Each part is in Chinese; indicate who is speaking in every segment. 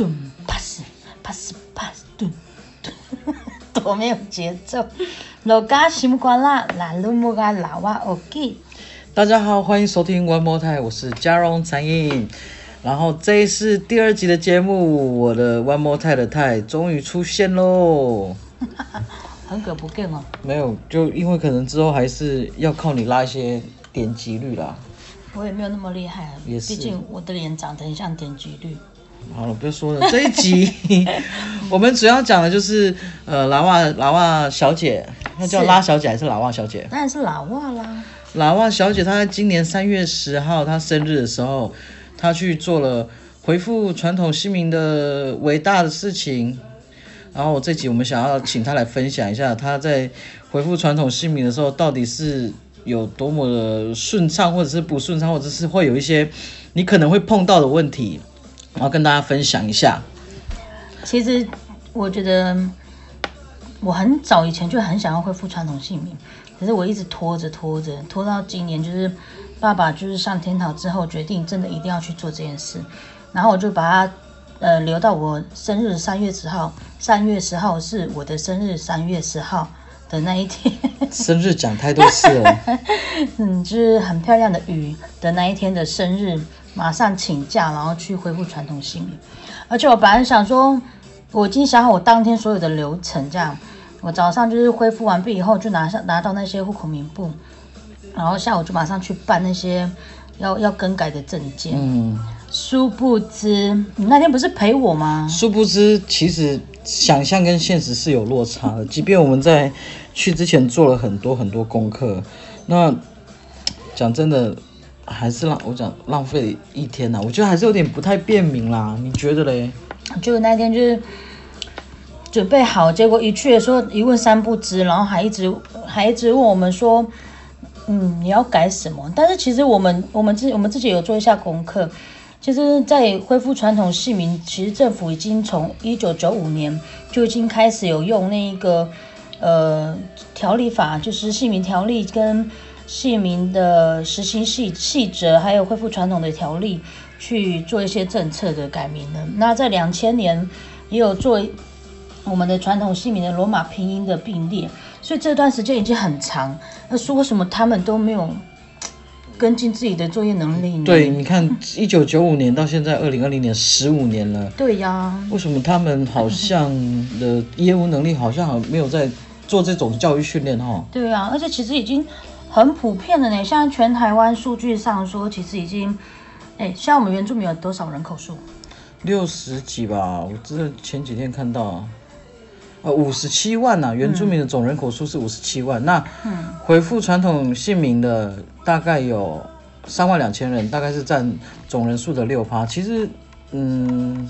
Speaker 1: 多没有节奏。老家西木瓜啦，南路木瓜老哇哦给。
Speaker 2: 大家好，欢迎收听 One More Time，我是嘉荣残影。然后这是第二集的节目，我的 One More Time 的泰终于出现喽。
Speaker 1: 很久不见哦，
Speaker 2: 没有，就因为可能之后还是要靠你拉一些点击率啦。
Speaker 1: 我也没有那么厉害啊，
Speaker 2: 也
Speaker 1: 毕
Speaker 2: 是
Speaker 1: 竟我的脸长得很像点击率。
Speaker 2: 好了，不要说了。这一集我们主要讲的就是呃，拉瓦拉瓦小姐，那叫
Speaker 1: 是
Speaker 2: 拉小姐还是拉瓦小姐？
Speaker 1: 当然是老哇啦，
Speaker 2: 拉旺小姐她在今年三月十号她生日的时候，她去做了回复传统姓名的伟大的事情。然后这集我们想要请她来分享一下，她在回复传统姓名的时候到底是有多么的顺畅，或者是不顺畅，或者是会有一些你可能会碰到的问题，然后跟大家分享一下。
Speaker 1: 其实我觉得我很早以前就很想要恢复传统姓名，可是我一直拖着拖着，拖到今年就是爸爸就是上天堂之后决定真的一定要去做这件事，然后我就把它呃留到我生日三月十号，三月十号是我的生日，三月十号的那一天。
Speaker 2: 生日讲太多次了，
Speaker 1: 嗯，就是很漂亮的雨的那一天的生日，马上请假，然后去恢复传统姓名。而且我本来想说，我已经想好我当天所有的流程，这样，我早上就是恢复完毕以后，就拿上拿到那些户口名簿，然后下午就马上去办那些要要更改的证件。
Speaker 2: 嗯。
Speaker 1: 殊不知，你那天不是陪我吗？
Speaker 2: 殊不知，其实想象跟现实是有落差的。即便我们在去之前做了很多很多功课，那讲真的，还是浪我讲浪费了一天呐、我觉得还是有点不太便民啦，你觉得嘞？
Speaker 1: 就那天就是准备好，结果一去的时候一问三不知，然后还一直还一直问我们说，嗯，你要改什么？但是其实我们我们自我们自己有做一下功课，其实，在恢复传统姓名，其实政府已经从一九九五年就已经开始有用那个呃条例法，就是姓名条例跟姓名的实行细细则，还有恢复传统的条例去做一些政策的改名的。那在两千年也有做我们的传统姓名的罗马拼音的并列，所以这段时间已经很长。那说为什么他们都没有跟进自己的作业能力呢？
Speaker 2: 对，你看，一九九五年到现在二零二零年十五年了，
Speaker 1: 对呀、
Speaker 2: 为什么他们好像的业务能力好像好像没有在做这种教育训练哈？
Speaker 1: 对啊，而且其实已经很普遍了呢。现在全台湾数据上说，其实已经，哎，现在我们原住民有多少人口数？
Speaker 2: 六十几吧，我真的前几天看到啊，呃，五十七万呐、原住民的总人口数是五十七万，那
Speaker 1: 嗯，
Speaker 2: 回复传统姓名的大概有三万两千人，大概是占总人数的六趴。其实，嗯，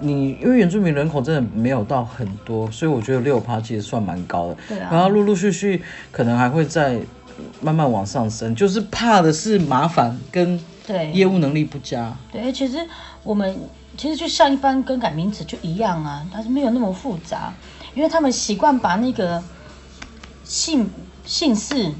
Speaker 2: 你因为原住民人口真的没有到很多，所以我觉得六趴其实算蛮高的。
Speaker 1: 对啊
Speaker 2: 然后陆陆续续可能还会再慢慢往上升，就是怕的是麻烦跟
Speaker 1: 对
Speaker 2: 业务能力不佳。
Speaker 1: 对，其实我们其实就像一般更改名字就一样啊，但是没有那么复杂，因为他们习惯把那个姓姓氏，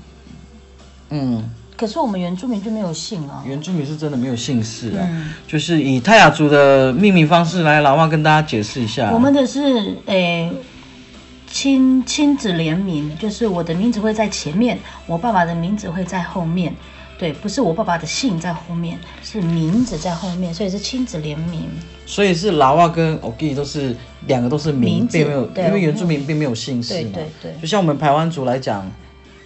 Speaker 2: 嗯。
Speaker 1: 可是我们原住民就没有姓啊。
Speaker 2: 原住民是真的没有姓氏啊，
Speaker 1: 嗯
Speaker 2: 就是以泰雅族的命名方式来，老万跟大家解释一下。啊
Speaker 1: 我们的是诶亲亲子联名，就是我的名字会在前面，我爸爸的名字会在后面。对，不是我爸爸的姓在后面，是名字在后面，所以是亲子联名。
Speaker 2: 所以是老万跟 Ogi 都是两个都是名，
Speaker 1: 名字
Speaker 2: 并没有，
Speaker 1: 对
Speaker 2: 因为原住民并没有姓氏
Speaker 1: 对
Speaker 2: 嘛。
Speaker 1: 对对
Speaker 2: 就像我们排湾族来讲，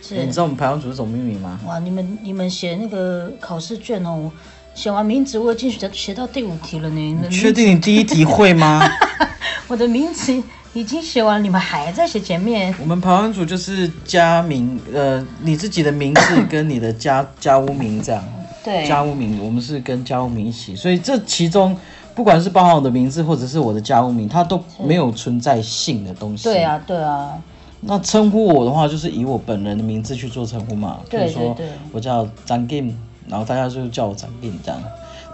Speaker 2: 你
Speaker 1: 是
Speaker 2: 知道我们排湾族是怎么命名吗？
Speaker 1: 哇，你们你们写那个考试卷哦，写完名字我已经写写到第五题了呢。你们
Speaker 2: 确定你第一题会吗？
Speaker 1: 我的名字已经写完，你们还在写前面。
Speaker 2: 我们排湾族就是家名，呃，你自己的名字跟你的家家屋名这样。
Speaker 1: 对，
Speaker 2: 家务名，我们是跟家务名一起，所以这其中不管是包含我的名字或者是我的家务名，它都没有存在姓的东西。
Speaker 1: 对，啊，对啊，
Speaker 2: 那称呼我的话，就是以我本人的名字去做称呼嘛，
Speaker 1: 对
Speaker 2: 比如说
Speaker 1: 对对
Speaker 2: 我叫张 Game，然后大家就叫我张 Game 这样。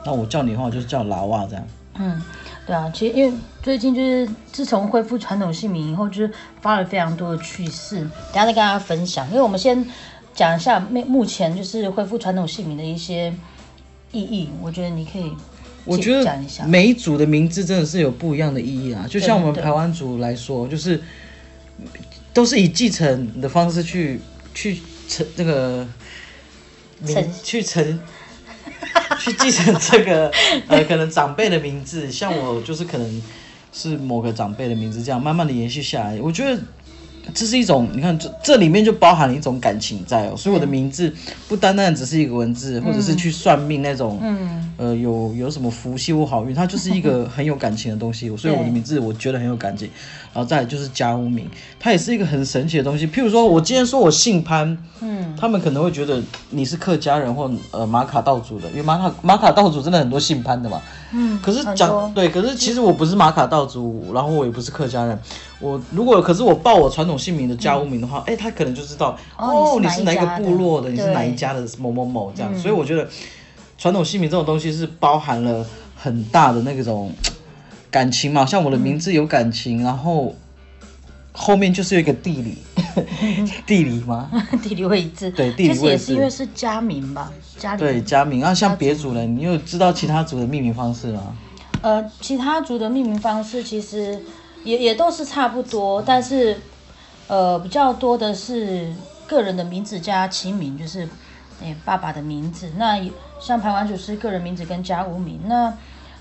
Speaker 2: 那我叫你的话，就是叫拉瓦这样。
Speaker 1: 嗯，对啊，其实因为最近就是自从恢复传统姓名以后，就是发了非常多的趣事，等一下再跟大家分享。因为我们先讲一下目目前就是恢复传统姓名的一些意义，我觉得你可以
Speaker 2: 我觉得
Speaker 1: 讲一下。
Speaker 2: 每一组的名字真的是有不一样的意义啊，就像我们
Speaker 1: 对
Speaker 2: 台湾族来说，就是都是以继承的方式去去承这个名
Speaker 1: 承
Speaker 2: 去承去继承这个呃可能长辈的名字，像我就是可能是某个长辈的名字，这样慢慢的延续下来。我觉得这是一种，你看这这里面就包含了一种感情在哦，所以我的名字不单单只是一个文字，或者是去算命那种，
Speaker 1: 嗯，
Speaker 2: 呃，有有什么福气或好运，它就是一个很有感情的东西，所以我的名字我觉得很有感情。然后再来就是家屋名，它也是一个很神奇的东西。譬如说我今天说我姓潘，
Speaker 1: 嗯，
Speaker 2: 他们可能会觉得你是客家人或呃马卡道族的，因为马卡马卡道族真的很多姓潘的嘛。
Speaker 1: 嗯
Speaker 2: 可是
Speaker 1: 很多嗯
Speaker 2: 讲对，可是其实我不是马卡道族，然后我也不是客家人。我如果可是我报我传统姓名的家屋名的话，哎、他可能就知道
Speaker 1: 嗯哦你
Speaker 2: 你
Speaker 1: 是
Speaker 2: 是
Speaker 1: 哪
Speaker 2: 哪
Speaker 1: 一
Speaker 2: 一
Speaker 1: 家
Speaker 2: 个
Speaker 1: 的
Speaker 2: 部落的，你是
Speaker 1: 对嗯
Speaker 2: 哪一家的某某某这样。所以我觉得传统姓名这种东西是包含了很大的那种感情嘛，像我的
Speaker 1: 嗯
Speaker 2: 名字有感情，然后后面就是有一个 地理，地理吗？
Speaker 1: 地理位置，
Speaker 2: 对地理
Speaker 1: 其实也
Speaker 2: 位
Speaker 1: 是
Speaker 2: 置
Speaker 1: 因为是家名吧，家里
Speaker 2: 对，家名啊，像别族人，你有知道其他族的命名方式吗？
Speaker 1: 呃，其他族的命名方式其实也也都是差不多，但是呃比较多的是个人的名字加亲名，就是诶、爸爸的名字。那也像排湾族是个人名字跟加无名，那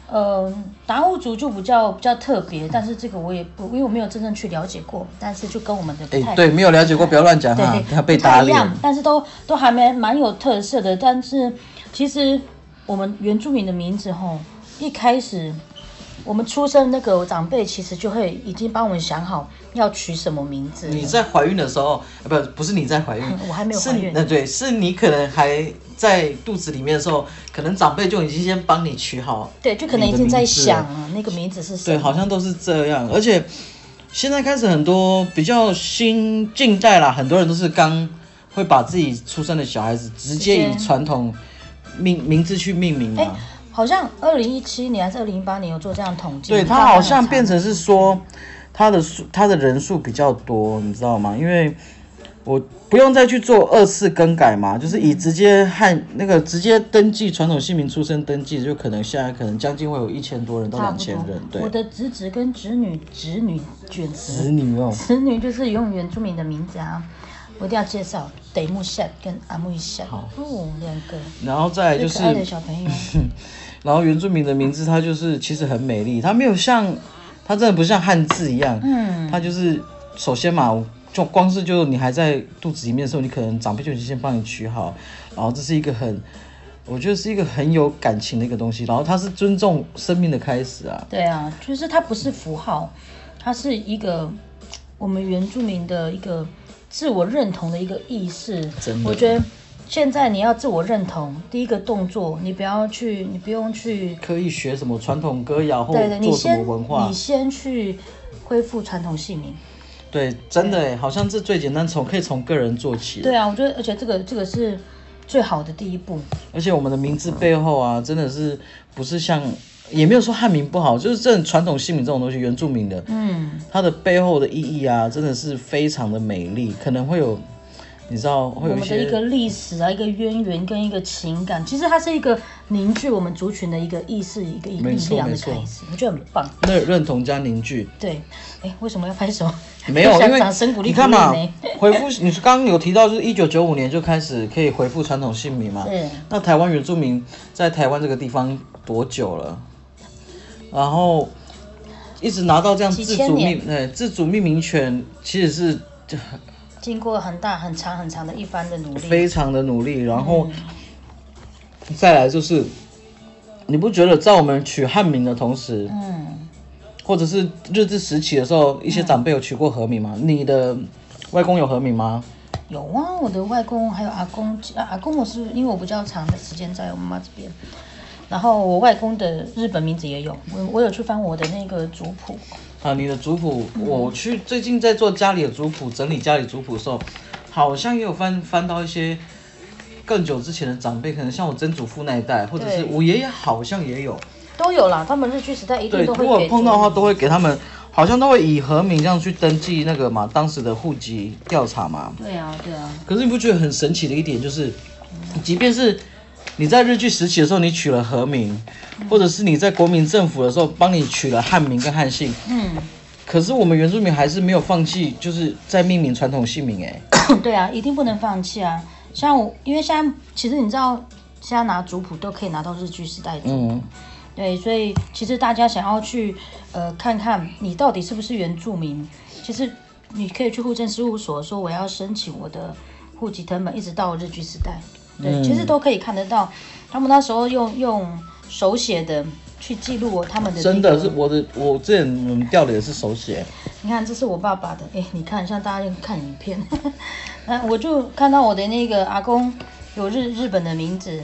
Speaker 1: 呃达悟族就比较比较特别，但是这个我也不因为我没有真正去了解过，但是就跟我们的不
Speaker 2: 哎、
Speaker 1: 太、
Speaker 2: 对，没有了解过，不要乱讲哈，
Speaker 1: 对
Speaker 2: 等下
Speaker 1: 对，
Speaker 2: 啊被
Speaker 1: 不太
Speaker 2: 打
Speaker 1: 一
Speaker 2: 脸。
Speaker 1: 样，但是都都还蛮蛮有特色的。但是其实我们原住民的名字吼，一开始我们出生那个长辈其实就会已经帮我们想好要取什么名字了。，
Speaker 2: 你在怀孕的时候，呃不不是你在怀孕
Speaker 1: 我还没有怀孕
Speaker 2: 是呃对，是你可能还在肚子里面的时候，可能长辈就已经先帮你取好，
Speaker 1: 对，就可能已经在想啊
Speaker 2: 了。
Speaker 1: 了那个名字是什
Speaker 2: 对，
Speaker 1: 么。
Speaker 2: 好像都是这样，而且现在开始很多比较新近代啦，很多人都是刚会把自己出生的小孩子直接
Speaker 1: 直
Speaker 2: 以
Speaker 1: 接
Speaker 2: 传统命名字去命名嘛。
Speaker 1: 哎好像二零一七年还是二零一八年有做这样统计，
Speaker 2: 对
Speaker 1: 大
Speaker 2: 他
Speaker 1: 概
Speaker 2: 好
Speaker 1: 有
Speaker 2: 像
Speaker 1: 查
Speaker 2: 变成是说，他的数他的人数比较多，你知道吗？因为我不用再去做二次更改嘛，就是以直接汉那个直接登记传统姓名出生登记，就可能现在可能将近会有一千多人到
Speaker 1: 差
Speaker 2: 两
Speaker 1: 不
Speaker 2: 千
Speaker 1: 多
Speaker 2: 人，。对
Speaker 1: 我，的侄子跟侄女，侄女简直
Speaker 2: 子女哦，
Speaker 1: 侄女就是用原住民的名字啊，我一定要介绍德木夏跟阿木夏，
Speaker 2: 好
Speaker 1: 哦，两个
Speaker 2: 然后再来
Speaker 1: 最
Speaker 2: 就是
Speaker 1: 可爱的小 朋友，
Speaker 2: 然后原住民的名字，它就是其实很美丽，它没有像，它真的不像汉字一样，
Speaker 1: 嗯，
Speaker 2: 它就是首先嘛，就光是就你还在肚子里面的时候，你可能长辈就已经先帮你取好，然后这是一个很，我觉得是一个很有感情的一个东西，然后它是尊重生命的开 始啊，
Speaker 1: 对啊，就是它不是符号，它是一个我们原住民的一个自我认同的一个意识
Speaker 2: 真。的
Speaker 1: 我觉得现在你要自我认同，第一个动作你不要去，你不用去
Speaker 2: 可以学什么传统歌谣或
Speaker 1: 对对，你
Speaker 2: 做什么
Speaker 1: 先
Speaker 2: 文化
Speaker 1: 你，先去恢复传统姓名。
Speaker 2: 对，真的耶好像这最简单从可以从个人做起，
Speaker 1: 对啊，我觉得而且这个这个是最好的第一步。
Speaker 2: 而且我们的名字背后啊，真的是不是像，也没有说汉民不好，就是这种传统姓名这种东西，原住民的，
Speaker 1: 嗯。
Speaker 2: 它的背后的意义啊，真的是非常的美丽，可能会有，你知道会
Speaker 1: 我
Speaker 2: 哦有一
Speaker 1: 们的一个
Speaker 2: 些，
Speaker 1: 历史啊，一个渊源跟一个情感，其实它是一个凝聚我们族群的一个意识、一个力
Speaker 2: 没错
Speaker 1: 量的
Speaker 2: 没错
Speaker 1: 开始，我觉得很棒。
Speaker 2: 那认同加凝聚。
Speaker 1: 对，哎，为什么要拍手？
Speaker 2: 没有，
Speaker 1: 我 想
Speaker 2: 因为
Speaker 1: 掌声鼓励
Speaker 2: 你
Speaker 1: 鼓
Speaker 2: 看
Speaker 1: 励
Speaker 2: 嘛
Speaker 1: 呢。，
Speaker 2: 回复你刚刚有提到，就是一九九五年就开始可以回复传统姓名嘛。
Speaker 1: 对，
Speaker 2: 那台湾原住民在台湾这个地方多久了？然后一直拿到这样
Speaker 1: 几
Speaker 2: 自
Speaker 1: 千
Speaker 2: 主
Speaker 1: 年
Speaker 2: 命，对，自主命名权其实是
Speaker 1: 经过很大、很长、很长的一番的努力，
Speaker 2: 非常的努力，然后
Speaker 1: 嗯
Speaker 2: 再来就是，你不觉得在我们取汉名的同时，
Speaker 1: 嗯，
Speaker 2: 或者是日治时期的时候，一些长辈有取过和名吗？你的外公有和名吗？
Speaker 1: 有啊，我的外公还有阿公，啊阿公我是因为我比较长的时间在我妈妈这边，然后我外公的日本名字也有，我我有去翻我的那个族谱，
Speaker 2: 啊，你的族谱，我去最近在做家里的族谱，整理家里族谱的时候，好像也有翻翻到一些更久之前的长辈，可能像我曾祖父那一代，或者是
Speaker 1: 对
Speaker 2: 我爷爷好像也有。
Speaker 1: 都有啦，他们日据时代一
Speaker 2: 对，
Speaker 1: 定都
Speaker 2: 如
Speaker 1: 会
Speaker 2: 果
Speaker 1: 给
Speaker 2: 碰到的
Speaker 1: 族
Speaker 2: 话，都会给他们，好像都会以和名这样去登记那个嘛，当时的户籍调查嘛。
Speaker 1: 对啊，对啊。
Speaker 2: 可是你不觉得很神奇的一点就是，即便是你在日据时期的时候，你取了和名，或者是你在国民政府的时候帮你取了汉名跟汉姓，
Speaker 1: 嗯，
Speaker 2: 可是我们原住民还是没有放弃，就是在命名传统姓名、欸。
Speaker 1: 对啊，一定不能放弃啊！像我，因为现在其实你知道，现在拿族谱都可以拿到日据时代族谱，
Speaker 2: 嗯，
Speaker 1: 对，所以其实大家想要去呃看看你到底是不是原住民，其实你可以去户政事务所说我要申请我的户籍成本，一直到日据时代，对，
Speaker 2: 嗯
Speaker 1: 其实都可以看得到。他们那时候用用手写的去记录我他们的、
Speaker 2: 真的是。我的，我之前我们调的也是手写，
Speaker 1: 你看，这是我爸爸的，哎，你看，像大家就看影片， 那我就看到我的那个阿公有日日本的名字，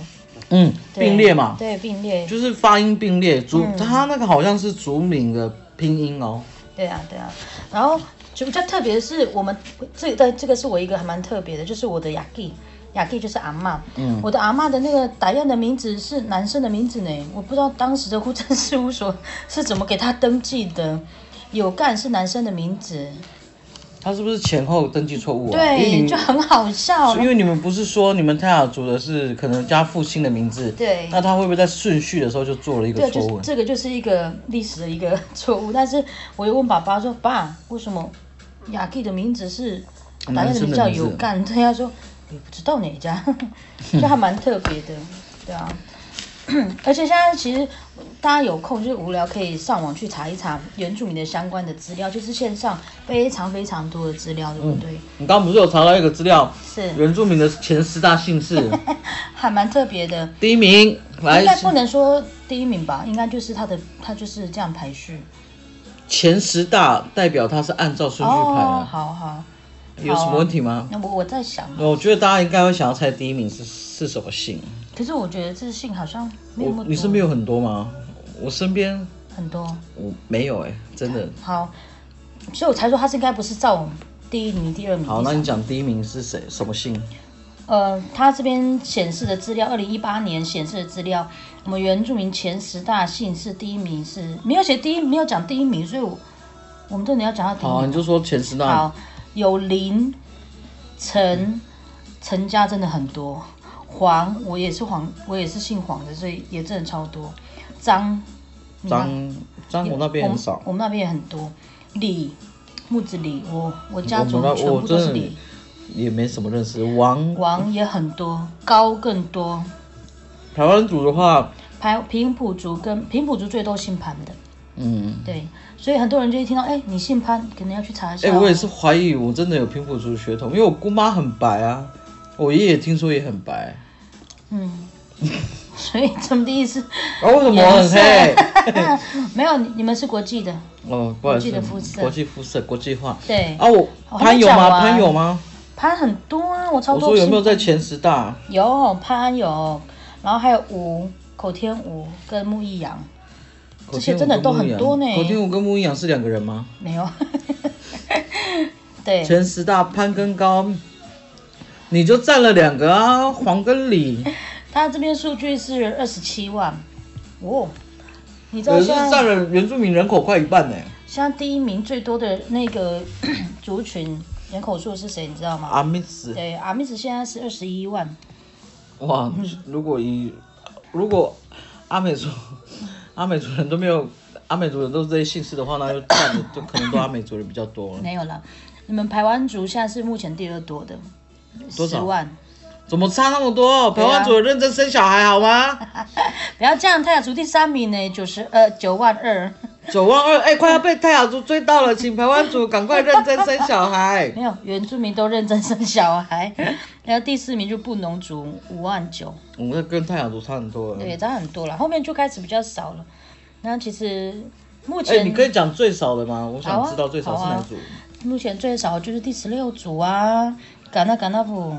Speaker 2: 嗯，
Speaker 1: 对
Speaker 2: 并列嘛，
Speaker 1: 对，并列，
Speaker 2: 就是发音并列，族、
Speaker 1: 嗯
Speaker 2: 他那个好像是族名的拼音哦，
Speaker 1: 对啊，对啊。然后就比较特别的是，我们这个这个是我一个还蛮特别的，就是我的雅弟，雅弟就是阿嬷。
Speaker 2: 嗯
Speaker 1: 我的阿嬷的那个打样的名字是男生的名字呢，我不知道当时的户政事务所是怎么给他登记的。有干是男生的名字，
Speaker 2: 他是不是前后登记错误啊？因为你
Speaker 1: 对，
Speaker 2: 们
Speaker 1: 就很好笑。
Speaker 2: 因为你们不是说你们泰雅族的是可能加父亲的名字，
Speaker 1: 对
Speaker 2: 那他会不会在顺序的时候就做了一个
Speaker 1: 对，
Speaker 2: 错
Speaker 1: 就是
Speaker 2: 误？
Speaker 1: 这个就是一个历史的一个 错误。但是我又问爸爸说：“爸，为什么雅弟的名字是打样
Speaker 2: 男
Speaker 1: 的
Speaker 2: 生
Speaker 1: 比
Speaker 2: 嗯的
Speaker 1: 较
Speaker 2: 名
Speaker 1: 有
Speaker 2: 字
Speaker 1: 干？” 对，他说：“我也不知道哪家，就还蛮特别的，对啊。 而且现在其实大家有空就是无聊，可以上网去查一查原住民的相关的资料，就是线上非常非常多的资料，对不
Speaker 2: 嗯
Speaker 1: 对？
Speaker 2: 你刚刚不是有查到一个资料，
Speaker 1: 是
Speaker 2: 原住民的前十大 姓氏，
Speaker 1: 还蛮特别的。
Speaker 2: 第一名来
Speaker 1: 应该不能说第一名吧，应该就是他的，他就是这样排序。
Speaker 2: 前十大，代表他是按照顺序排
Speaker 1: 哦，
Speaker 2: 啊，
Speaker 1: 好好。哦
Speaker 2: 有什么问题吗？
Speaker 1: 那我我在想啊，
Speaker 2: 我觉得大家应该会想要猜第一名是是什么姓。
Speaker 1: 可是我觉得这信好像没有那么
Speaker 2: 我
Speaker 1: 多
Speaker 2: 你身边有很多吗？我身边
Speaker 1: 很多
Speaker 2: 我没有哎、真的。
Speaker 1: 好，所以我才说他是应该不是照第一名、第二名。
Speaker 2: 好，那你
Speaker 1: 第三
Speaker 2: 讲第一名是谁？什么姓？
Speaker 1: 呃，他这边显示的资料，二零一八年显示的资料，我们原住民前十大姓氏第一名是没有写第一，没有讲第一名，所以我我们真的要讲到第一
Speaker 2: 好，
Speaker 1: 名。
Speaker 2: 你就说前十大。
Speaker 1: 好，有林、陈、陈家真的很多，黄我也是黄，我也是姓黄的，所以也真的超多。张，你嗯呢
Speaker 2: 张张我那边很少
Speaker 1: 我，，我们那边也很多。李，木子李，我我家
Speaker 2: 我
Speaker 1: 族
Speaker 2: 们那
Speaker 1: 全
Speaker 2: 我
Speaker 1: 部都是
Speaker 2: 真的
Speaker 1: 李。
Speaker 2: 也没什么认识。王
Speaker 1: 王也很多，高更多。
Speaker 2: 台湾族的话，
Speaker 1: 排平埔族跟平埔族最多姓潘的，
Speaker 2: 嗯，
Speaker 1: 对，所以很多人就一听到，哎、你姓潘，可能要去查一下
Speaker 2: 哎、
Speaker 1: 哦。
Speaker 2: 我也是怀疑我真的有平埔族的血统，因为我姑妈很白啊，我爷爷听说也很白，
Speaker 1: 嗯， 所以怎么的意思？啊
Speaker 2: 然、啊后为什么我很 黑？
Speaker 1: 没有，你你们是国际的，
Speaker 2: 哦，不好
Speaker 1: 国
Speaker 2: 意
Speaker 1: 际
Speaker 2: 思
Speaker 1: 的肤，色
Speaker 2: 国际肤色，国际化。
Speaker 1: 对，
Speaker 2: 啊，我
Speaker 1: 我还
Speaker 2: 潘
Speaker 1: 没
Speaker 2: 有
Speaker 1: 讲
Speaker 2: 吗？
Speaker 1: 完
Speaker 2: 潘有吗？
Speaker 1: 潘很多啊，我超
Speaker 2: 我
Speaker 1: 多。
Speaker 2: 说有没有在？前十大？
Speaker 1: 有潘有，然后还有吴口天吴跟木易阳，这些真的都很多呢
Speaker 2: 口天武跟木一阳是两个人吗？
Speaker 1: 没有。 对，
Speaker 2: 前十大潘跟高，你就占了两个啊，黄跟李。
Speaker 1: 他这边数据是二十七万，哦，你知道
Speaker 2: 可呃是
Speaker 1: 现在
Speaker 2: 占了原住民人口快一半呢、
Speaker 1: 现在第一名最多的那个 族群人口数是谁？你知道吗？
Speaker 2: 阿密斯，
Speaker 1: 对，阿密斯现在是二十一万，
Speaker 2: 哇！如果以如果阿美族阿美族人都没有阿美族人都是这些姓氏的话，那就占的就可能都阿美族人比较多了。
Speaker 1: 没有了。你们台湾族现在是目前第二多的，
Speaker 2: 多
Speaker 1: 十
Speaker 2: 少
Speaker 1: 万。
Speaker 2: 怎么差那么多？台
Speaker 1: 对啊
Speaker 2: 湾族人认真生小孩好吗？
Speaker 1: 不要这样，泰雅族第三名呢，九十二九万二，
Speaker 2: 九万二，哎，快要被泰雅族追到了，请台湾族赶快认真生小孩。
Speaker 1: 没有原住民都认真生小孩。 然后第四名就布农族五万九，
Speaker 2: 我们这跟泰雅族差很多了。
Speaker 1: 对，差很多了。后面就开始比较少了。那其实目
Speaker 2: 哎、
Speaker 1: 前、
Speaker 2: 你可以讲最少的吗？
Speaker 1: 好
Speaker 2: 我想
Speaker 1: 啊
Speaker 2: 知道最少是
Speaker 1: 好啊
Speaker 2: 哪组。
Speaker 1: 目前最少就是第十六组啊，甘纳甘纳普，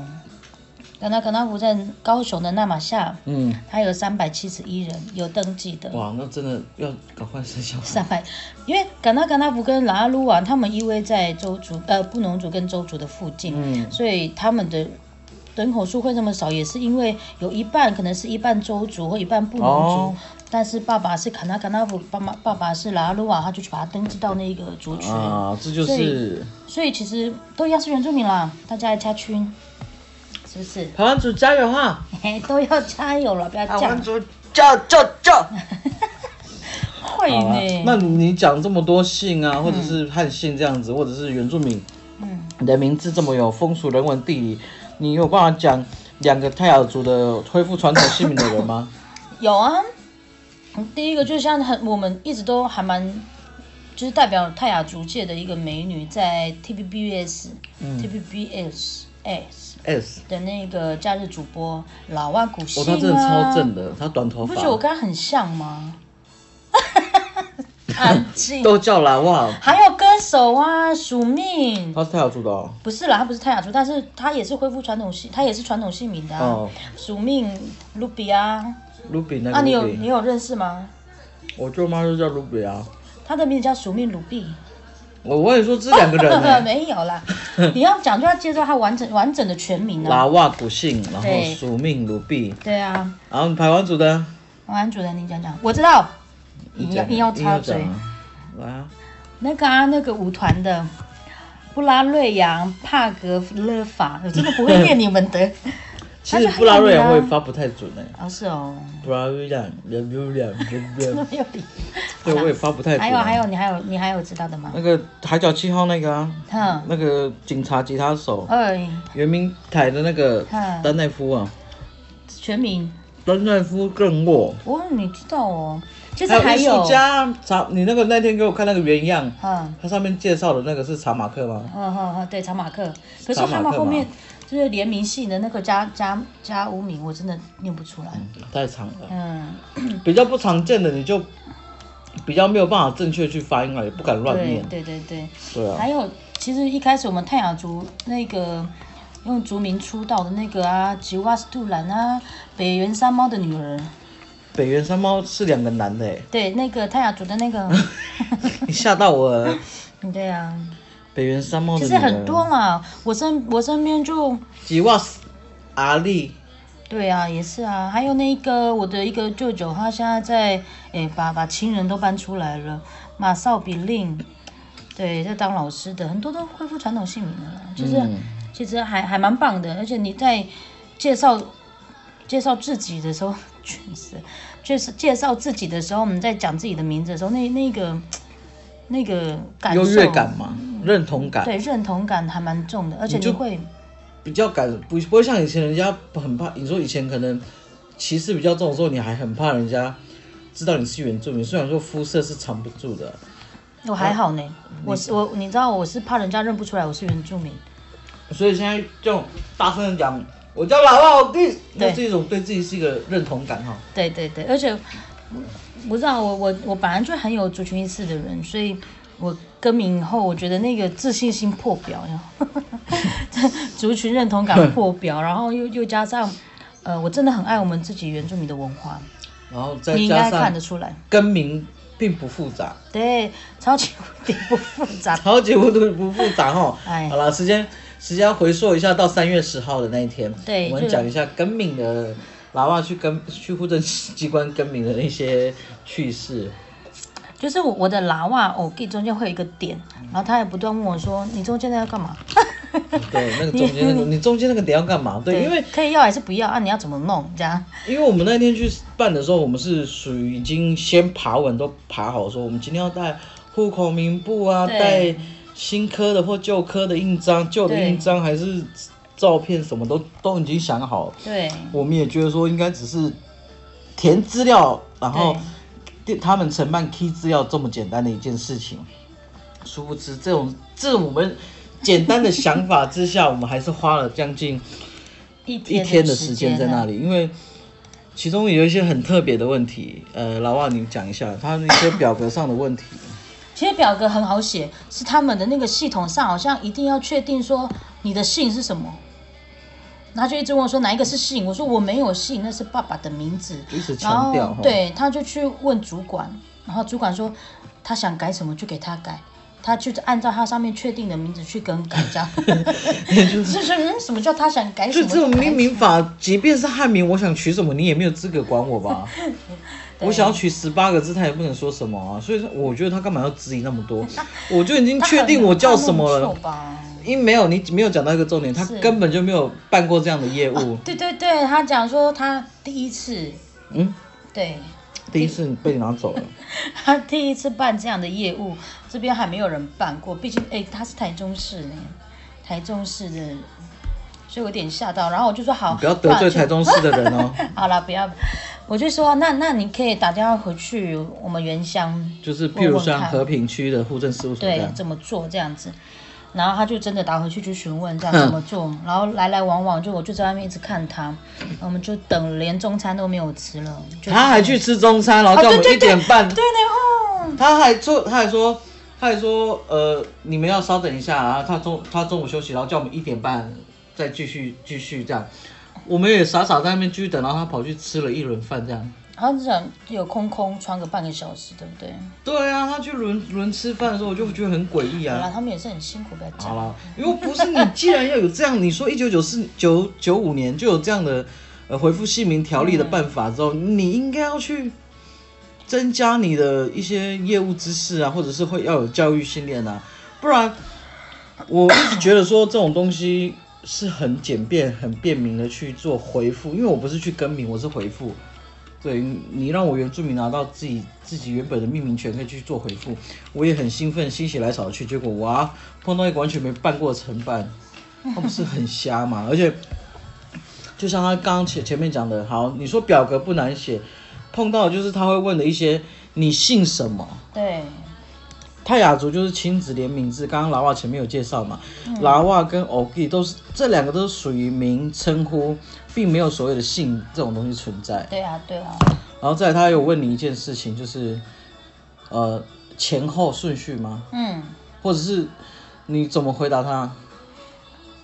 Speaker 1: 甘纳甘纳普在高雄的纳马夏，
Speaker 2: 嗯，
Speaker 1: 他有三百七十一人有登记的，
Speaker 2: 哇，那真的要赶快 生小孩。
Speaker 1: 三百，因为甘纳甘纳普跟拉阿鲁瓦他们依偎在州族呃布农族跟州族的附近，
Speaker 2: 嗯
Speaker 1: 所以他们的。人口数会这么少，也是因为有一半可能是一半州族或一半布农族，
Speaker 2: 哦
Speaker 1: 但是爸爸是卡纳卡纳普，爸妈爸爸是拉阿鲁瓦，他就去把他登记到那个族群。
Speaker 2: 啊，这就
Speaker 1: 所
Speaker 2: 是
Speaker 1: 以所以其实都一样是原住民啦，大家要加群，是不是？
Speaker 2: 台湾族加油哈！啊
Speaker 1: 啊嘿，都要加油了，不要这样，
Speaker 2: 族加加加！
Speaker 1: 会快
Speaker 2: 好啊
Speaker 1: 呢。，
Speaker 2: 那你讲这么多姓啊，或者是汉姓这样子，或者是原住民，
Speaker 1: 嗯，
Speaker 2: 你的名字这么有风俗、人文、地理，你有办法讲两个泰雅族的恢复传统姓名的人吗？
Speaker 1: 有啊，第一个就像很我们一直都还蛮，就是代表泰雅族界的一个美女，在 TVBS、TVBS S
Speaker 2: S，
Speaker 1: 的那个假日主播老外古
Speaker 2: 哦，
Speaker 1: 姓啊，
Speaker 2: 他真的超正的，他短头
Speaker 1: 你不
Speaker 2: 发
Speaker 1: 觉，得我跟他很像 吗？ 安静。
Speaker 2: 都叫啦哇，
Speaker 1: 还有歌手啊，署命。
Speaker 2: 他是泰雅族的哦，
Speaker 1: 不是啦，他不是泰雅族，但是他也是恢复传统姓，他也是传统姓名的啊
Speaker 2: 哦，哎
Speaker 1: 署命卢比啊，
Speaker 2: 卢比那
Speaker 1: 啊，
Speaker 2: 个
Speaker 1: 你有
Speaker 2: 卢
Speaker 1: 你
Speaker 2: 比，
Speaker 1: 有认识吗？
Speaker 2: 我舅妈就叫卢比啊，
Speaker 1: 他的名字叫署命鲁 比，
Speaker 2: 我我也说这两个 人呢，
Speaker 1: 没有 啦。你要讲就要介绍他完整完整的全名啊。
Speaker 2: 拉哇古姓，然后
Speaker 1: 对
Speaker 2: 署命卢比，
Speaker 1: 对啊，
Speaker 2: 然后台湾族的，
Speaker 1: 王安主任，你讲讲，我知道。你要
Speaker 2: 讲
Speaker 1: 你要
Speaker 2: 你
Speaker 1: 插
Speaker 2: 讲
Speaker 1: 嘴，
Speaker 2: 啊来啊，
Speaker 1: 那个啊，那个舞团的布拉瑞扬帕格勒法，我真的不会念你们 的。
Speaker 2: 其
Speaker 1: 但是
Speaker 2: 实
Speaker 1: 很
Speaker 2: 布拉瑞
Speaker 1: 有名
Speaker 2: 扬
Speaker 1: 啊
Speaker 2: 我也发不太准哎、
Speaker 1: 哦，是哦，
Speaker 2: 布拉瑞扬，布拉瑞扬，布拉瑞
Speaker 1: 真的
Speaker 2: 扬，
Speaker 1: 没有理。
Speaker 2: 对我也发不太准、啊。
Speaker 1: 还有还有，你还有你还有知道的吗？
Speaker 2: 那个海角七号那个啊，
Speaker 1: 哼，
Speaker 2: 那个警察吉他手，
Speaker 1: 哎，
Speaker 2: 圆明台的那个
Speaker 1: 嗯
Speaker 2: 丹奈夫啊，
Speaker 1: 全名，
Speaker 2: 丹奈夫更沃，
Speaker 1: 哦，你知道哦。其实
Speaker 2: 还
Speaker 1: 还
Speaker 2: 有艺
Speaker 1: 有
Speaker 2: 术，家查，你那个那天给我看那个原样，
Speaker 1: 嗯。
Speaker 2: 它上面介绍的那个是查马克吗？
Speaker 1: 嗯嗯嗯，对，查马克。可是
Speaker 2: 查马
Speaker 1: 他们
Speaker 2: 克
Speaker 1: 后
Speaker 2: 嘛
Speaker 1: 面就是联名系的那个加加加无名，我真的念不出来。
Speaker 2: 太长了，
Speaker 1: 嗯，
Speaker 2: 比较不常见的你就比较没有办法正确去发音啊了，也不敢乱
Speaker 1: 对
Speaker 2: 念。
Speaker 1: 对对对。
Speaker 2: 对啊，
Speaker 1: 还有，其实一开始我们泰雅族那个用族名出道的那个啊，吉瓦斯杜兰啊，北原山猫的女儿，
Speaker 2: 北原山猫是两个男的哎，
Speaker 1: 对，那个泰雅族的那 个，
Speaker 2: 你吓到我了。
Speaker 1: 对啊，
Speaker 2: 北原山猫的
Speaker 1: 其
Speaker 2: 女
Speaker 1: 实
Speaker 2: 人
Speaker 1: 很多啦。我身我身边就，
Speaker 2: 吉瓦斯阿丽，
Speaker 1: 对啊，也是啊。还有那个我的一个舅舅，他现在在诶把把亲人都搬出来了，马绍比令，对，在当老师的，很多都恢复传统姓名了啦。其实、
Speaker 2: 嗯
Speaker 1: 其实还还蛮棒的，而且你在介绍介绍自己的时候， 确实就是介绍自己的时候，我们在讲自己的名字的时候，那那个那个感受
Speaker 2: 优越感嘛，认同感，
Speaker 1: 对认同感还蛮重的，而且
Speaker 2: 你
Speaker 1: 你
Speaker 2: 就
Speaker 1: 会
Speaker 2: 比较敢不不会像以前人家很怕，你说以前可能歧视比较重的时候，你还很怕人家知道你是原住民，虽然说肤色是藏不住的，
Speaker 1: 我哦还好呢，我是我，你知道我是怕人家认不出来我是原住民，
Speaker 2: 所以现在这种大声的讲我叫老爸，我弟，
Speaker 1: 对
Speaker 2: 那是一种对自己是一个认同感哈。
Speaker 1: 对对对，而且我我知道我我我本来就很有族群意识的人，所以我更名以后，我觉得那个自信心破表，然后 族群认同感破表，然后又又加上呃，我真的很爱我们自己原住民的文化，
Speaker 2: 然后再
Speaker 1: 你应
Speaker 2: 加
Speaker 1: 该看得
Speaker 2: 上
Speaker 1: 出来，
Speaker 2: 更名并不复杂，
Speaker 1: 对，超级无敌不复杂，
Speaker 2: 超级无毒不复杂哈。
Speaker 1: 哎
Speaker 2: 好了，时间时间要回溯一下到三月十号的那一天，
Speaker 1: 对
Speaker 2: 我
Speaker 1: 就
Speaker 2: 们
Speaker 1: 是
Speaker 2: 讲一下更名的喇叭去更去户政机关更名的那些趣事。
Speaker 1: 就是我我的喇哇偶 g 中间会有一个点，然后他也不断问我说，你中间在要干嘛？
Speaker 2: 对，那个中间那个，你中间那个点要干嘛？对，因为
Speaker 1: 可以要还是不要啊？你要怎么弄？这样
Speaker 2: 因为我们那天去办的时候，我们是属于已经先爬文都爬好，说我们今天要带户口名簿啊，
Speaker 1: 对
Speaker 2: 带新科的或旧科的印章，旧的
Speaker 1: 对
Speaker 2: 印章还是照片，什么都都已经想好了。
Speaker 1: 对
Speaker 2: 我们也觉得说应该只是填资料，然后电他们承办 key 资料这么简单的一件事情，殊不知这种这种我们简单的想法之下，我们还是花了将近
Speaker 1: 一
Speaker 2: 一
Speaker 1: 天
Speaker 2: 天的
Speaker 1: 的
Speaker 2: 时
Speaker 1: 间啊
Speaker 2: 间在那
Speaker 1: 里。
Speaker 2: 里，因为其中有一些很特别的问题，呃，老万你讲一下他那些表格上的问 题，
Speaker 1: 其实表格很好写，是他们的那个系统上好像一定要确定说你的姓是什么。然后他就一直问我说哪一个是姓，我说我没有姓，那是爸爸的名字。
Speaker 2: 一直
Speaker 1: 然
Speaker 2: 强
Speaker 1: 后
Speaker 2: 调哈，，哦
Speaker 1: 对，他就去问主管，然后主管说他想改什么就给他改，他就按照他上面确定的名字去更改，这 样。就是嗯，什么叫他想改什
Speaker 2: 就
Speaker 1: 么
Speaker 2: 这
Speaker 1: 就
Speaker 2: 种
Speaker 1: 改
Speaker 2: 命名法，即便是汉名，我想取什么，你也没有资格管我 吧。我想要取十八个字，他也不能说什么啊。所以说，我觉得他干嘛要质疑那么多？我就已经
Speaker 1: 他
Speaker 2: 确定
Speaker 1: 很
Speaker 2: 我叫
Speaker 1: 他弄
Speaker 2: 什么
Speaker 1: 错
Speaker 2: 了。
Speaker 1: 吧
Speaker 2: 因为没有你没有讲到一个重点，他
Speaker 1: 是啊
Speaker 2: 根本就没有办过这样的业务。
Speaker 1: 对对对，他讲说他第一次，
Speaker 2: 嗯，
Speaker 1: 对，
Speaker 2: 第一次被你拿 走了，
Speaker 1: 他第一次办这样的业务，这边还没有人办过，毕竟哎，他是台中市呢，台中市的，所以我有点吓到。然后我就说好，
Speaker 2: 你不要得
Speaker 1: 不
Speaker 2: 罪
Speaker 1: 然就
Speaker 2: 台中市的人 哦。
Speaker 1: 好了，不要，我就说那那你可以打电话回去我们原乡，
Speaker 2: 就是譬如
Speaker 1: 问问
Speaker 2: 像
Speaker 1: 看
Speaker 2: 和平区的户政事务所这
Speaker 1: 对
Speaker 2: 样，
Speaker 1: 怎么做这样子。然后他就真的打回去去询问这样怎么做，
Speaker 2: 嗯
Speaker 1: 然后来来往往就我就在外面一直看他，我们就等连中餐都没有吃了，就
Speaker 2: 他还去吃中餐，然后
Speaker 1: 哦
Speaker 2: 叫
Speaker 1: 对
Speaker 2: 我们
Speaker 1: 对
Speaker 2: 一点半，
Speaker 1: 对呢哦，
Speaker 2: 他还说他还说他还说呃你们要稍等一下啊，他中他中午休息，然后叫我们一点半再继续继续这样，我们也傻傻在那边继续等，然后他跑去吃了一轮饭这样。
Speaker 1: 然后这样有空空穿个半个小时，对不对？
Speaker 2: 对啊，他去轮轮吃饭的时候，我就觉得很诡异
Speaker 1: 好啦，
Speaker 2: 啊。
Speaker 1: 他们也是很辛苦，不要讲。
Speaker 2: 好啦，因为不是你，既然要有这样，你说一九九四九九五年就有这样的呃回复姓名条例的办法之后，你应该要去增加你的一些业务知识啊，或者是会要有教育训练啊，不然我一直觉得说这种东西是很简便、很便民的去做回复，因为我不是去更名，我是回复。对你你让我原住民拿到自己自己原本的命名权，可以去做回复，我也很兴奋，心血来潮去。结果哇，碰到一个完全没办过的承办，他不是很瞎嘛？而且，就像他刚刚前前面讲的，好，你说表格不难写，碰到的就是他会问的一些你姓什么，
Speaker 1: 对，
Speaker 2: 泰雅族就是亲子联名制，刚刚老瓦前面有介绍嘛，拉瓦跟 Ogi 都是这两个都是属于名称呼，并没有所谓的姓这种东西存在。
Speaker 1: 对啊，对啊，
Speaker 2: 然后再来他有问你一件事情，就是呃前后顺序吗？
Speaker 1: 嗯，
Speaker 2: 或者是你怎么回答他？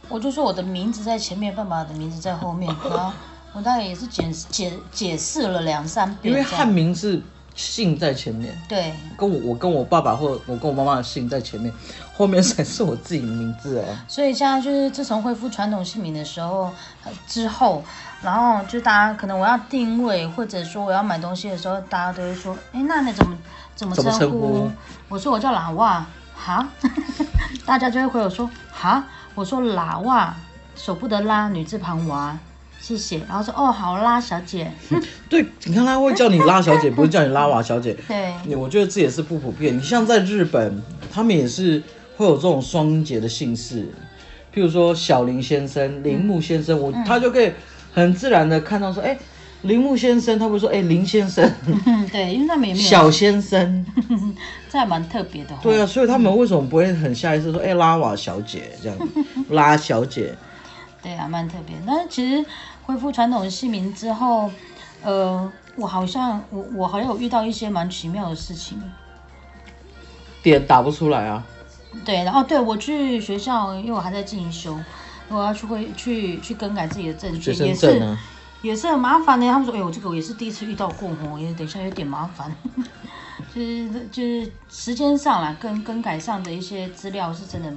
Speaker 1: 我就说我的名字在前面，爸爸的名字在后面，然后我大概也是解解解释了两三
Speaker 2: 因
Speaker 1: 遍这
Speaker 2: 为
Speaker 1: 样，
Speaker 2: 汉名是姓在前面，
Speaker 1: 对，
Speaker 2: 跟我我跟我爸爸或我跟我妈妈的姓在前面，后面才是我自己的名字啊。
Speaker 1: 所以现在就是自从恢复传统姓名的时候呃之后，然后就大家可能我要定位或者说我要买东西的时候，大家都会说，哎，那你怎么怎么
Speaker 2: 怎么
Speaker 1: 称
Speaker 2: 称
Speaker 1: 呼
Speaker 2: 呼？
Speaker 1: 我说我叫喇哇，哈， 大家就会回我说哈，我说喇哇，手不得拉，女字旁娃，谢谢，然后说哦好啦，小姐，
Speaker 2: 对，你看他会叫你拉小姐，不是叫你拉瓦小姐。
Speaker 1: 对，
Speaker 2: 你我觉得这也是不普遍。你像在日本，他们也是会有这种双音节的姓氏，譬如说小林先生、铃木先生，我、他就可以很自然的看到说，哎、铃木先生，他会说，哎、林先生、
Speaker 1: 嗯对，因为他们也没有，
Speaker 2: 小先生，
Speaker 1: 这还蛮特别的、哦，
Speaker 2: 对啊，所以他们为什么不会很下意识说，哎、拉瓦小姐这样，拉小姐，
Speaker 1: 对啊，蛮特别。但是其实恢复传统姓名之后，呃，我好像我我好像有遇到一些蛮奇妙的事情。
Speaker 2: 点打不出来啊。
Speaker 1: 对，然后对我去学校，因为我还在进修，我要去会去去更改自己的证
Speaker 2: 学
Speaker 1: 件，
Speaker 2: 生
Speaker 1: 也
Speaker 2: 证啊
Speaker 1: 是
Speaker 2: 呢、
Speaker 1: 也是很麻烦的。他们说，哎呦，这个我也是第一次遇到过哦，也等一下有点麻烦。 就是就是时间上啦，跟更改上的一些资料是真的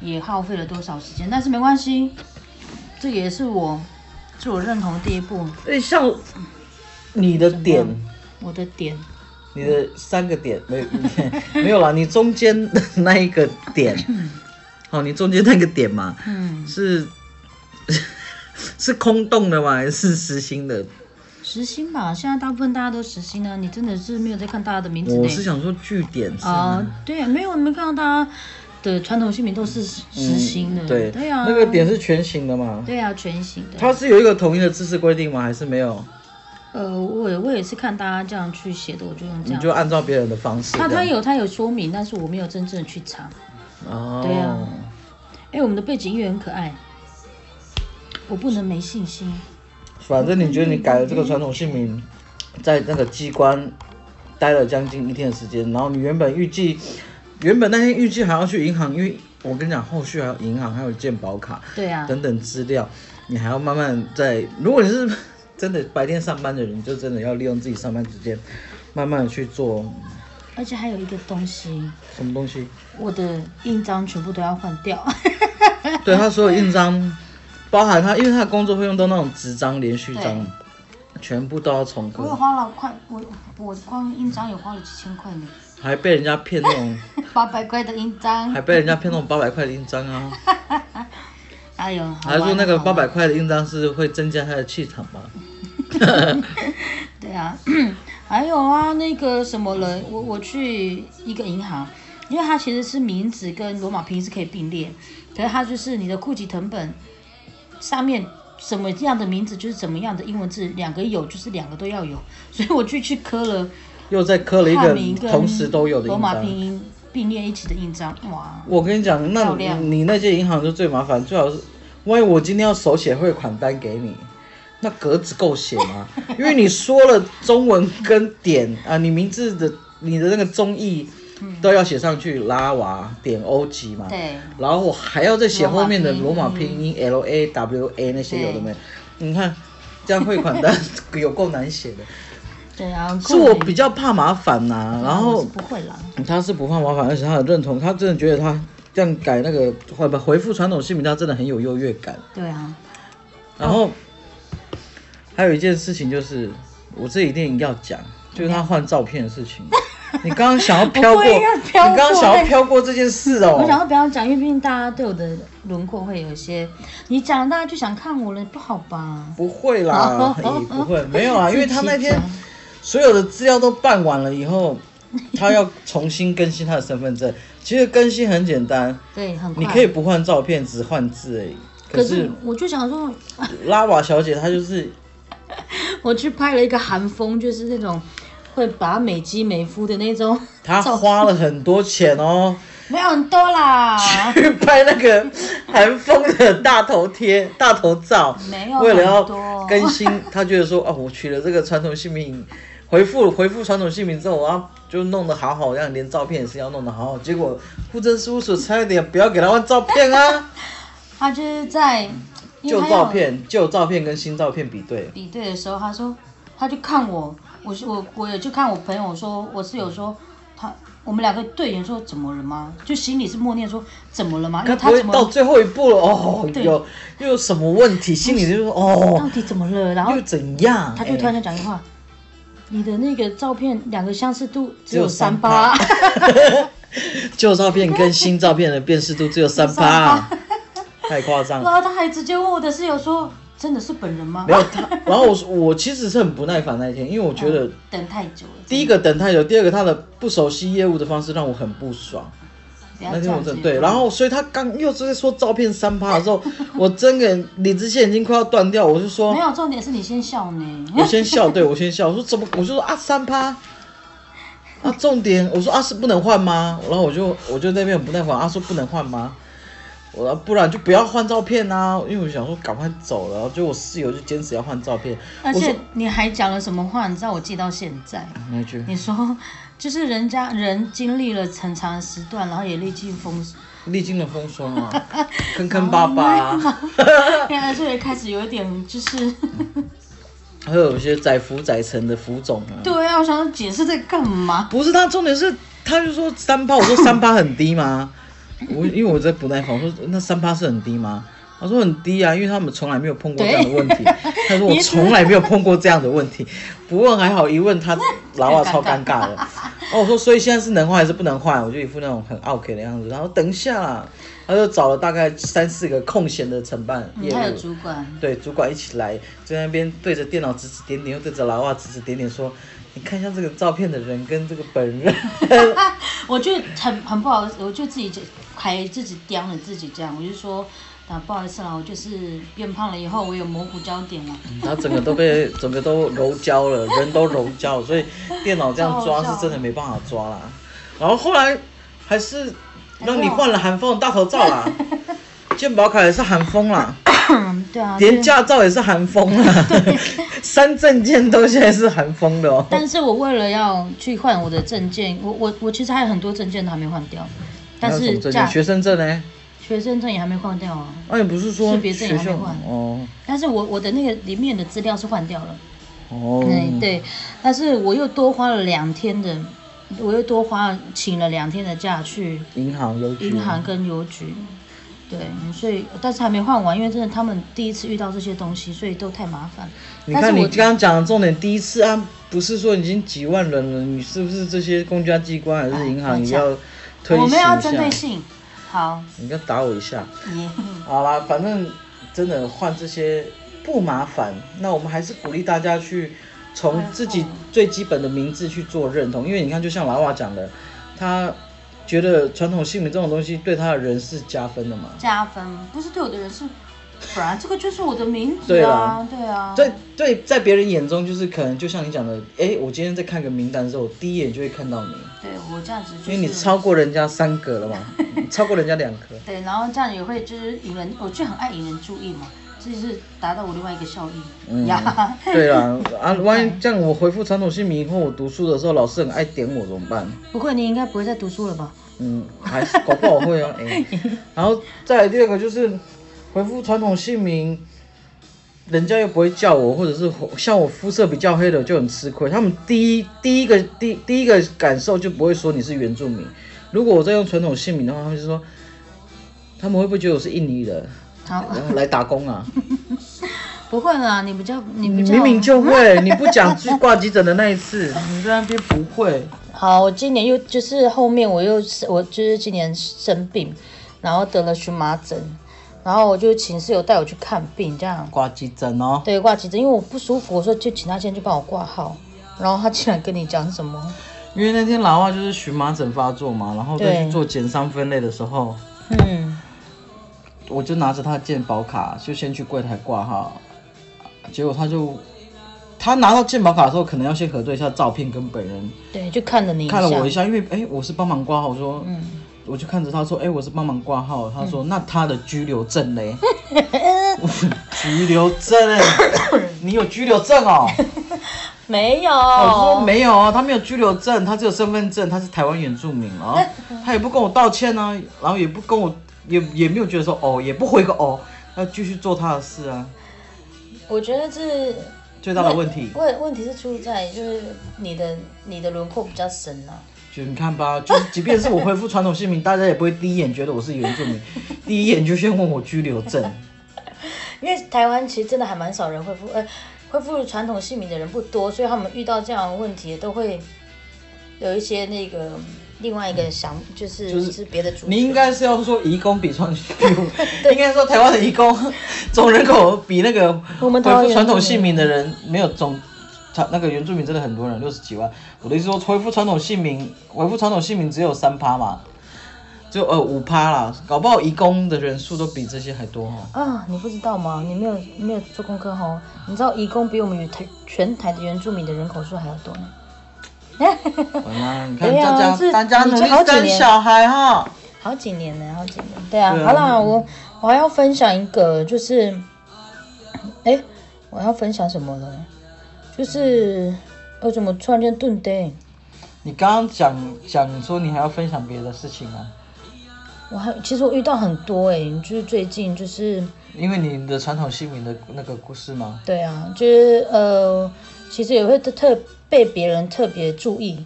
Speaker 1: 也耗费了多少时间，但是没关系，这也是我自我认同的第一步。
Speaker 2: 哎、像你的点。
Speaker 1: 嗯我的点，
Speaker 2: 你的三个点没 没有啦，你中间的那一个点，好，你中间那个点嘛，
Speaker 1: 嗯，
Speaker 2: 是 是空洞的吗？还是实心的？
Speaker 1: 时薪吧，现在大部分大家都时薪啊，你真的是没有在看大家的名字
Speaker 2: 我是
Speaker 1: 呢。
Speaker 2: 想说据点是
Speaker 1: 啊、
Speaker 2: 吗
Speaker 1: 对，没有，你没看到大家的传统姓名都是时薪的，
Speaker 2: 嗯对
Speaker 1: 对啊，
Speaker 2: 那个，点是全形的嘛？
Speaker 1: 对啊，全形的。
Speaker 2: 它是有一个统一的知识规定吗？还是没有？
Speaker 1: 呃，我也我也是看大家这样去写的，我就用这
Speaker 2: 你
Speaker 1: 样。
Speaker 2: 就按照别人的方式这
Speaker 1: 他
Speaker 2: 样。
Speaker 1: 他有他有说明，但是我没有真正去查。
Speaker 2: 哦，
Speaker 1: 对啊哎，我们的背景音乐很可爱，我不能没信心。
Speaker 2: 反正你觉得你改了这个传统姓名，在那个机关待了将近一天的时间，然后你原本预计，原本那天预计还要去银行，因为我跟你讲，后续还有银行，还有健保卡
Speaker 1: 对啊，
Speaker 2: 等等资料，你还要慢慢在。如果你是真的白天上班的人，你就真的要利用自己上班时间，慢慢的去做
Speaker 1: 而且还有一个东西，
Speaker 2: 什么 东西。
Speaker 1: 我的印章全部都要换掉。
Speaker 2: 对他所有印章，包含他，因为他的工作会用到那种纸张、连续章
Speaker 1: 对，哦
Speaker 2: 全部都要重刻。
Speaker 1: 我有花了快，我我光印章有花了几千块呢，
Speaker 2: 还被人家骗那种，
Speaker 1: 八百块的印章
Speaker 2: 还，被人家骗那种八百块的印章啊，
Speaker 1: 哎呦，好
Speaker 2: 还
Speaker 1: 玩
Speaker 2: 说那个
Speaker 1: 好
Speaker 2: 八
Speaker 1: 玩
Speaker 2: 百块的印章是会增加他的气场吧？
Speaker 1: 对啊， 还有啊，那个什么人，我我去一个银行，因为它其实是名字跟罗马拼音是可以并列，可是它就是你的户籍成本上面什么样的名字就是怎么样的英文字，两个有就是两个都要有， 所以我去去刻了
Speaker 2: 又再刻了一
Speaker 1: 汉民
Speaker 2: 个
Speaker 1: 跟
Speaker 2: 同时都有的
Speaker 1: 罗
Speaker 2: 印
Speaker 1: 马
Speaker 2: 章
Speaker 1: 拼。音并列一起的印章，哇！
Speaker 2: 我跟你讲，那
Speaker 1: 漂
Speaker 2: 你
Speaker 1: 亮
Speaker 2: 你那些银行就最麻烦，最好是，万一我今天要手写汇款单给你，那格子够写 吗？因为你说了中文跟点啊，你名字的你的那个中译都要写上去，拉娃点欧几嘛，
Speaker 1: 嗯对，
Speaker 2: 然后我还要再写后面的
Speaker 1: 罗
Speaker 2: 罗
Speaker 1: 马
Speaker 2: 马拼
Speaker 1: 拼
Speaker 2: 音 L A W A 那些有的没，你看这样汇款单 有够难写嗯的，
Speaker 1: 对啊，
Speaker 2: 是我比较怕麻烦呐、然
Speaker 1: 哦我
Speaker 2: 后
Speaker 1: 是不会啦，
Speaker 2: 他是不怕麻烦，而且他很认同，他真的觉得他这样改那个回回复传统姓名，他真的很有优越感。
Speaker 1: 对啊，
Speaker 2: 然后、还有一件事情就是，我这一定要讲，就是他换照片的事 情。你刚刚想要飘过，
Speaker 1: 我故意要
Speaker 2: 你
Speaker 1: 飘过
Speaker 2: 刚刚想要飘过这件事哦。
Speaker 1: 我想要不要讲，因为毕竟大家对我的轮廓会有一些，你讲了大家就想看我了，不好吧？
Speaker 2: 不会啦， 也不会，没有啊，因为他那 天所有的资料都办完了以后，他要重新更新他的身份证。其实更新很简单，
Speaker 1: 对，很快。
Speaker 2: 你可以，不换照片，只换字而已。
Speaker 1: 可
Speaker 2: 可
Speaker 1: 是
Speaker 2: 是
Speaker 1: 我就想说，
Speaker 2: 拉瓦小姐她就是
Speaker 1: 我去拍了一个韩风，就是那种会把美肌美肤的那种，
Speaker 2: 她花了很多钱哦，
Speaker 1: 没有很多啦。
Speaker 2: 去 拍那个韩风的大头贴、大头照，
Speaker 1: 没有
Speaker 2: 为了
Speaker 1: 很
Speaker 2: 要
Speaker 1: 多
Speaker 2: 更新，她觉得说哦，我取了这个传统姓名，回复回复传统姓名之后，我要就弄得好好，让连照片也是要弄得好好。结果户政事务所差一点不要给她换照 片啊，
Speaker 1: 他就是在因为
Speaker 2: 旧
Speaker 1: 他
Speaker 2: 照
Speaker 1: 要
Speaker 2: 片、旧照片跟新照片比对，
Speaker 1: 比对的时候，他说他就看我，我是我我也就看我朋友说，我室友说他我们两个对眼说怎么了吗？就心里是默念说怎么了吗？因
Speaker 2: 该
Speaker 1: 为
Speaker 2: 不
Speaker 1: 他
Speaker 2: 会
Speaker 1: 怎么
Speaker 2: 到最后一步了哦，
Speaker 1: 对
Speaker 2: 有又有什么问题？心里就说哦
Speaker 1: 到。底怎么了？然后
Speaker 2: 又哎怎样？
Speaker 1: 他就突然间讲一句话：“你的那个照片两个相似度只有
Speaker 2: 三
Speaker 1: 三八。
Speaker 2: 哎旧照片跟新照片的辨识度只有 三八，太夸”张
Speaker 1: 然后
Speaker 2: 了。
Speaker 1: 他还直接问我的室友说：“真的是本人吗？”
Speaker 2: 没有他，然后我说我其实是很不耐烦那一天，因为我觉得
Speaker 1: 等太久了。
Speaker 2: 第一个等太久，第二个他的不熟悉业务的方式让我很不爽。
Speaker 1: 不要
Speaker 2: 那
Speaker 1: 这
Speaker 2: 天
Speaker 1: 样
Speaker 2: 我
Speaker 1: 子
Speaker 2: 真的对，然后所以他刚又是在说照片三趴的时候，我真的理智线已经快要断掉，我就说
Speaker 1: 没有重点是你先笑呢。
Speaker 2: 我先笑，对我先笑，我说怎么？我就说啊三趴，啊重点，我说啊是不能换吗？然后我就我就在那边很不耐烦，啊说不能换吗？我说啊不然就不要换照片啊，因为我想说赶快走了，然后就我室友就坚持要换照片，
Speaker 1: 而
Speaker 2: 我说嗯
Speaker 1: 且你还讲了什么话？你知道我记到现在。
Speaker 2: 那一句
Speaker 1: 你说， 就是人家人经历了很长的时段，然后也历尽风
Speaker 2: 历经了风霜啊， 坑坑巴巴、啊，
Speaker 1: 霜，现在所以开始有一点就是，
Speaker 2: 还有有些载浮载沉的浮肿啊，
Speaker 1: 对啊，我想说解释这个干嘛？
Speaker 2: 不是他，重点是他就说三趴，我说三趴很低吗？我因为我在不耐烦，我说那三趴是很低吗？他说很低啊，因为他们从来没有碰过这样的问题。他说我从来没有碰过这样的问题，不问还好，一问他老啊超尴尬的。 哦，我说所以现在是能换还是不能换？我就一副那种很 OK 的样子。然后等一下啦，他就找了大概三四个空闲的承办业
Speaker 1: 嗯还有
Speaker 2: 务，
Speaker 1: 主管，
Speaker 2: 对，主管一起来，在那边对着电脑指指点点，又对着老外指指点点说：“你看一下这个照片的人跟这个本 人。
Speaker 1: 我就很很不好意思，我就自己就还自己刁了自己这样，我就说啊不好意思啦，我就是变胖了以后我有模糊焦点了，
Speaker 2: 嗯”他整个都被整个都揉焦了，人都揉焦，所以电脑这样抓
Speaker 1: 超好笑
Speaker 2: 是真的没办法抓啦。然后后来还是让你换了韩风的大头 照啦，健保卡也是韩风啦，
Speaker 1: 对啊，
Speaker 2: 连
Speaker 1: 就
Speaker 2: 驾照也是韩风啦， 三证件都现在是韩风的哦。
Speaker 1: 但是我为了要去换我的证件，我我我其实还有很多证件都还没换掉，但
Speaker 2: 还有什
Speaker 1: 是
Speaker 2: 么证
Speaker 1: 驾
Speaker 2: 件？学生证呢？
Speaker 1: 学生证也还没换掉啊。
Speaker 2: 那、啊、你不是说
Speaker 1: 性别证也
Speaker 2: 学
Speaker 1: 还没
Speaker 2: 校
Speaker 1: 换
Speaker 2: 哦
Speaker 1: 但是我我的那个里面的资料是换掉了，
Speaker 2: 哦，
Speaker 1: 嗯对，但是我又多花了两天的，我又多花请了两天的假去
Speaker 2: 银行邮局，
Speaker 1: 银行跟邮局，对，所以但是还没换完，因为真的他们第一次遇到这些东西，所以都太麻烦。
Speaker 2: 你
Speaker 1: 但
Speaker 2: 看
Speaker 1: 是
Speaker 2: 你
Speaker 1: 我
Speaker 2: 刚刚讲的重点，第一次啊，不是说已经几万人了，你是不是这些公家机关还是银行
Speaker 1: 哎
Speaker 2: 也要推
Speaker 1: 我
Speaker 2: 行一
Speaker 1: 们要针对
Speaker 2: 下？
Speaker 1: 性，嗯好，
Speaker 2: 你要打我一下。
Speaker 1: 耶，
Speaker 2: 好啦，反正真的换这些不麻烦，那我们还是鼓励大家去从自己最基本的名字去做认同，因为你看，就像娃娃讲的，他觉得传统姓名这种东西对他的人是加分的嘛。
Speaker 1: 加分，不是对我的人是，本来这个就是我的名字
Speaker 2: 对
Speaker 1: 啊
Speaker 2: 啦，
Speaker 1: 对啊，
Speaker 2: 对对，在别人眼中就是可能就像你讲的，哎，我今天在看个名单的时候，我第一眼就会看到你，
Speaker 1: 对我这样子就是
Speaker 2: 因为你超过人家三个了嘛，你超过人家两个。
Speaker 1: 对，然后这样也会就是引人，我就很爱引人注意嘛，这就是达到我另外一个效益、
Speaker 2: 嗯
Speaker 1: 呀。，
Speaker 2: 对啦，啊，万一这样我回复传统姓名以后，我读书的时候老师很爱点我怎么办？
Speaker 1: 不过你应该不会再读书了吧？
Speaker 2: 嗯，还是搞不好会啊。哎，然后再来第二个就是回复传统姓名，人家又不会叫我，或者是像我肤色比较黑的就很吃亏。他们第一第一个第第一个感受就不会说你是原住民。如果我在用传统姓名的话，他们就说，他们会不会觉得我是印尼人，
Speaker 1: 好，
Speaker 2: 然后来打工啊？
Speaker 1: 不会啦，你比较你
Speaker 2: 你
Speaker 1: 比较
Speaker 2: 明明就会，你不讲去挂急诊的那一次，你在那边不会。
Speaker 1: 好，我今年又就是后面我又是我就是今年生病，然后得了荨麻疹，然后我就请室友带我去看病，这样
Speaker 2: 挂急诊哦。
Speaker 1: 对挂急诊，因为我不舒服，我说就请他先去帮我挂号，然后他竟然跟你讲什么？
Speaker 2: 因为那天老外就是荨麻疹发作嘛，然后再
Speaker 1: 对
Speaker 2: 去做减伤分类的时候，
Speaker 1: 嗯，
Speaker 2: 我就拿着他的健保卡，就先去柜台挂号，结果他就他拿到健保卡的时候，可能要先核对一下照片跟本人，
Speaker 1: 对，就看了你一
Speaker 2: 看了我一
Speaker 1: 下，
Speaker 2: 下，因为哎我是帮忙挂号，我说、
Speaker 1: 嗯，
Speaker 2: 我就看着他说哎我是帮忙挂号，他说、那他的居留证嘞， 我说居留证， 你有居留证哦？
Speaker 1: 没有，
Speaker 2: 我说没有啊，他没有居留证，他只有身份证，他是台湾原住民啊，他也不跟我道歉啊，然后也不跟我也也没有觉得说哦，也不回个哦，要继续做他的事啊。
Speaker 1: 我觉得是
Speaker 2: 最大的问题
Speaker 1: 问问题是出在就是你的你的轮廓比较深啊，
Speaker 2: 就你看吧，就是即便是我恢复传统姓名，大家也不会第一眼觉得我是原住民，第一眼就先问我居留证。
Speaker 1: 因为台湾其实真的还蛮少人恢复，呃，恢复传统姓名的人不多，所以他们遇到这样的问题都会有一些那个另外一个想，就是、、
Speaker 2: 就是是
Speaker 1: 别的族群
Speaker 2: 你应该是要说移工比传，应该说台湾的移工总人口比那个
Speaker 1: 我们
Speaker 2: 恢
Speaker 1: 台湾
Speaker 2: 复
Speaker 1: 原
Speaker 2: 传统
Speaker 1: 住民
Speaker 2: 姓名的人没有总，他那个原住民真的很多人，六十几万。我的意思说，恢复传统姓名，恢复传统姓名只有三趴嘛，只有呃五趴啦，搞不好移工的人数都比这些还多 哈、
Speaker 1: 啊，你不知道吗？你没有你没有做功课哦，你知道移工比我们原台全台的原住民的人口数还要多呢。
Speaker 2: 完了，你看
Speaker 1: 对啊
Speaker 2: 大
Speaker 1: 这
Speaker 2: 家大家努
Speaker 1: 这
Speaker 2: 力
Speaker 1: 好几
Speaker 2: 生
Speaker 1: 年
Speaker 2: 小孩哈、
Speaker 1: 好几年了，好几年。对啊，
Speaker 2: 对啊
Speaker 1: 好啦，我我还要分享一个，就是，哎，我要分享什么了？就是我怎么突然间顿呆？
Speaker 2: 你刚刚讲讲说你还要分享别的事情啊，
Speaker 1: 我还其实我遇到很多哎、就是最近就是
Speaker 2: 因为你的传统姓名的那个故事吗？
Speaker 1: 对啊，就是呃，其实也会特特被别人特别注 意，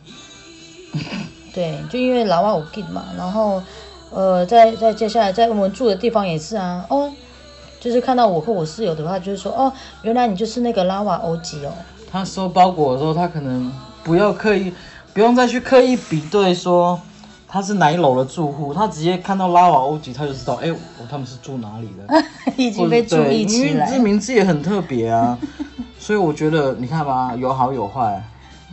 Speaker 1: 对，就因为老外我 g 嘛，然后呃，在在接下来在我们住的地方也是啊，哦，就是看到我和我室友的话，就是说哦，原来你就是那个拉瓦欧吉哦，
Speaker 2: 他收包裹的时候，他可能不要刻意，不用再去刻意比对说他是哪一楼的住户，他直接看到拉瓦欧吉，他就知道，哎、我他们是住哪里的，
Speaker 1: 已经被注意
Speaker 2: 对
Speaker 1: 起
Speaker 2: 因为
Speaker 1: 来
Speaker 2: 这，名字也很特别 啊，所以我觉得你看吧，有好有坏，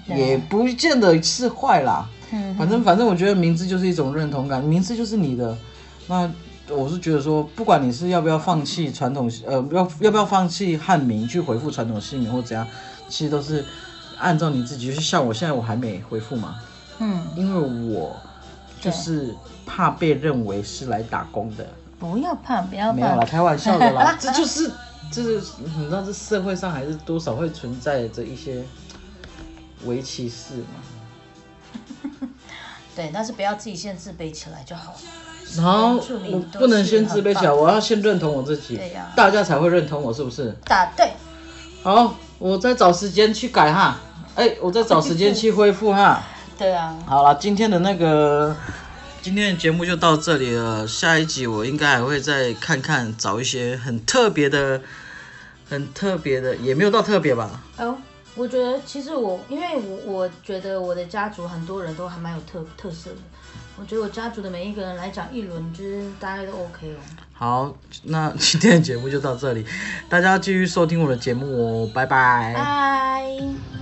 Speaker 2: 也不见得是坏啦，
Speaker 1: 嗯，
Speaker 2: 反正反正我觉得名字就是一种认同感，名字就是你的，那。我是觉得说，不管你是要不要放弃传统，呃，要要不要放弃汉名去回复传统姓名或怎样，其实都是按照你自己。就是像我现在我还没回复嘛，
Speaker 1: 嗯，
Speaker 2: 因为我就是怕被认为是来打工的，
Speaker 1: 不要怕，不要
Speaker 2: 没有
Speaker 1: 怕
Speaker 2: 啦，，开玩笑的 啦，这就是就是你知道，这社会上还是多少会存在着一些围棋士嘛。
Speaker 1: 对，但是不要自己先自卑起来就好了。
Speaker 2: 然后我不能先自卑起来，我要先认同我自己，
Speaker 1: 对呀
Speaker 2: 大家才会认同我，是不是？
Speaker 1: 答对，
Speaker 2: 好，我再找时间去改哈，哎，我再找时间去恢复哈。
Speaker 1: 对啊，
Speaker 2: 好了，今天的那个，今天的节目就到这里了。下一集我应该还会再看看，找一些很特别的，很特别的，也没有到特别吧。
Speaker 1: 哦，我觉得其实我，因为我我觉得我的家族很多人都还蛮有特特色的。我觉得我家族的每一个人来讲一轮，就是大概都 OK 哦。
Speaker 2: 好，那今天的节目就到这里，大家继续收听我的节目哦，拜拜
Speaker 1: 拜。